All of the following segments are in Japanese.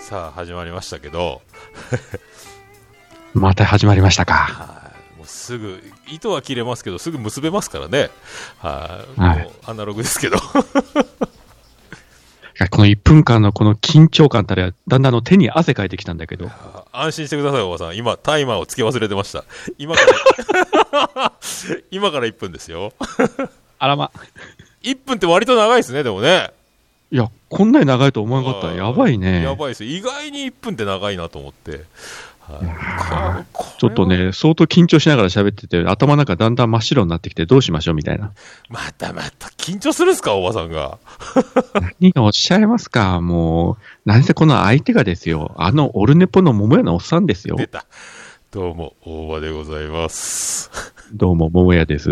さあ始まりましたけどまた始まりましたか。はいもうすぐ糸は切れますけどすぐ結べますからねはいはいもうアナログですけど この1分間のこの緊張感たら、だんだんあの手に汗かいてきたんだけど、安心してくださいおばさん今タイマーをつけ忘れてました今から 今から1分ですよあらま。 1分って割と長いですねでもねいや、こんなに長いと思わなかった。やばいね。やばいです意外に1分って長いなと思って、はいこちょっとね、相当緊張しながら喋ってて、頭の中だんだん真っ白になってきて、どうしましょうみたいな。またまた緊張するんすかおばさんが何がおっしゃいますかもう、なんせこの相手がですよ、あのオルネポの桃屋のおっさんですよ出。たどうも大場でございますどうも、桃屋です。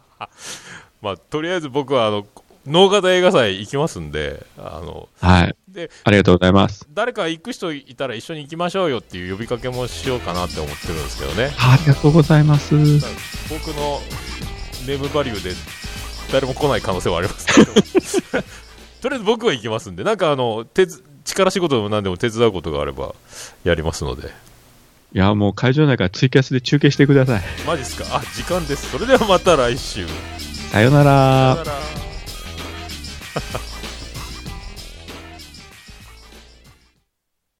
まあ、とりあえず僕はあの農方映画祭行きますんであのはい。でありがとうございます。誰か行く人いたら一緒に行きましょうよっていう呼びかけもしようかなって思ってるんですけどねありがとうございます。だから僕のネームバリューで誰も来ない可能性はありますけど とりあえず僕は行きますんでなんかあの手つ力仕事でも何でも手伝うことがあればやりますのでいや、もう会場内からツイキャスで中継してください。マジっすかあ時間ですそれではまた来週さよならさよなら